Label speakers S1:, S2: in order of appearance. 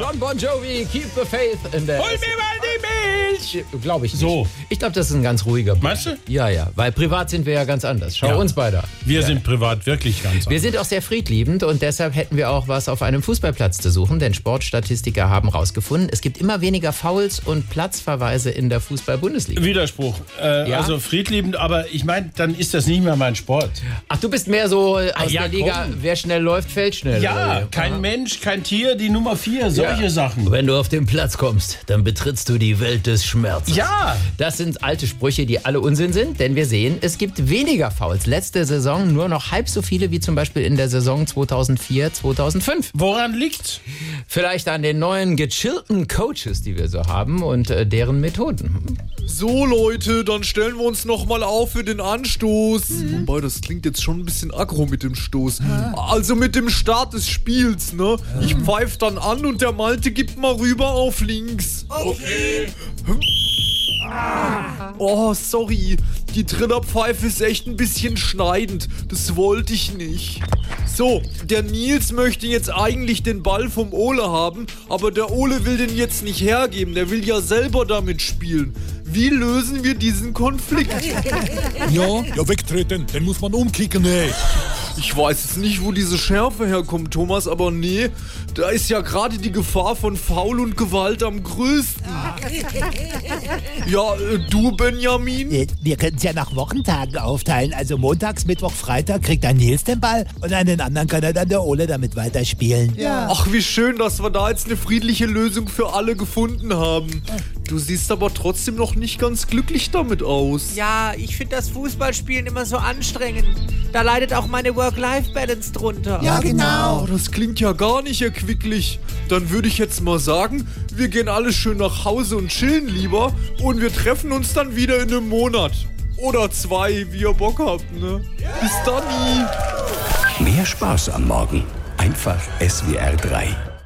S1: John Bon Jovi, Keep the Faith in der.
S2: Hol mir mal die Milch!
S1: Glaube ich nicht.
S2: So.
S1: Ich glaube, das ist ein ganz ruhiger Mann.
S2: Weißt du?
S1: Ja, ja, weil privat sind wir ja ganz anders. Schau
S2: Ja.
S1: uns beide an.
S2: Wir sind privat wirklich ganz
S1: Wir sind auch sehr friedliebend und deshalb hätten wir auch was auf einem Fußballplatz zu suchen, denn Sportstatistiker haben herausgefunden, es gibt immer weniger Fouls und Platzverweise in der Fußball-Bundesliga.
S2: Widerspruch. Äh,
S1: Ja?
S2: Also friedliebend, aber ich meine, dann ist das nicht mehr mein Sport.
S1: Ach, du bist mehr so aus
S2: Ah, ja,
S1: der Liga,
S2: komm.
S1: wer schnell läuft, fällt schnell.
S2: Ja,
S1: Oder?
S2: kein Mensch, kein Tier, die Nummer vier, solche
S1: Ja.
S2: Sachen.
S1: Wenn du auf den Platz kommst, dann betrittst du die Welt des Schmerzes.
S2: Ja.
S1: Das sind alte Sprüche, die alle Unsinn sind, denn wir sehen, es gibt weniger Fouls. Letzte Saison nur noch halb so viele wie zum Beispiel in der Saison 2004, 2005.
S2: Woran liegt's?
S1: Vielleicht an den neuen gechillten Coaches, die wir so haben und äh, deren Methoden.
S3: So Leute, dann stellen wir uns nochmal auf für den Anstoß. Wobei, das klingt jetzt schon ein bisschen aggro mit dem Stoß. Also mit dem Start des Spiels, ne? Ich pfeif dann an und der Malte gibt mal rüber auf links. Okay. Oh, sorry. Die Trillerpfeife ist echt ein bisschen schneidend. Das wollte ich nicht. So, der Nils möchte jetzt eigentlich den Ball vom Ole haben, aber der Ole will den jetzt nicht hergeben. Der will ja selber damit spielen. Wie lösen wir diesen Konflikt?
S4: Ja, ja, wegtreten, den muss man umkicken, ey.
S3: Ich weiß jetzt nicht, wo diese Schärfe herkommt, Thomas, aber nee, da ist ja gerade die Gefahr von Faul und Gewalt am größten. Ja, äh, du, Benjamin?
S5: Wir- Äh, Wir können es ja nach Wochentagen aufteilen. Also montags, Mittwoch, Freitag kriegt dann Nils den Ball und an den anderen kann er dann der Ole damit weiterspielen. Ja.
S3: Ach, wie schön, dass wir da jetzt eine friedliche Lösung für alle gefunden haben. Du siehst aber trotzdem noch nicht ganz glücklich damit aus.
S6: Ja, ich finde das Fußballspielen immer so anstrengend. Da leidet auch meine Work-Life-Balance drunter.
S5: Ja, genau.
S3: Oh, das klingt ja gar nicht erquicklich. Dann würde ich jetzt mal sagen, wir gehen alle schön nach Hause und chillen lieber und wir treffen uns dann wieder in einem Monat. Oder zwei, wie ihr Bock habt, ne? Bis dann!
S7: Mehr Spaß am Morgen. Einfach SWR 3.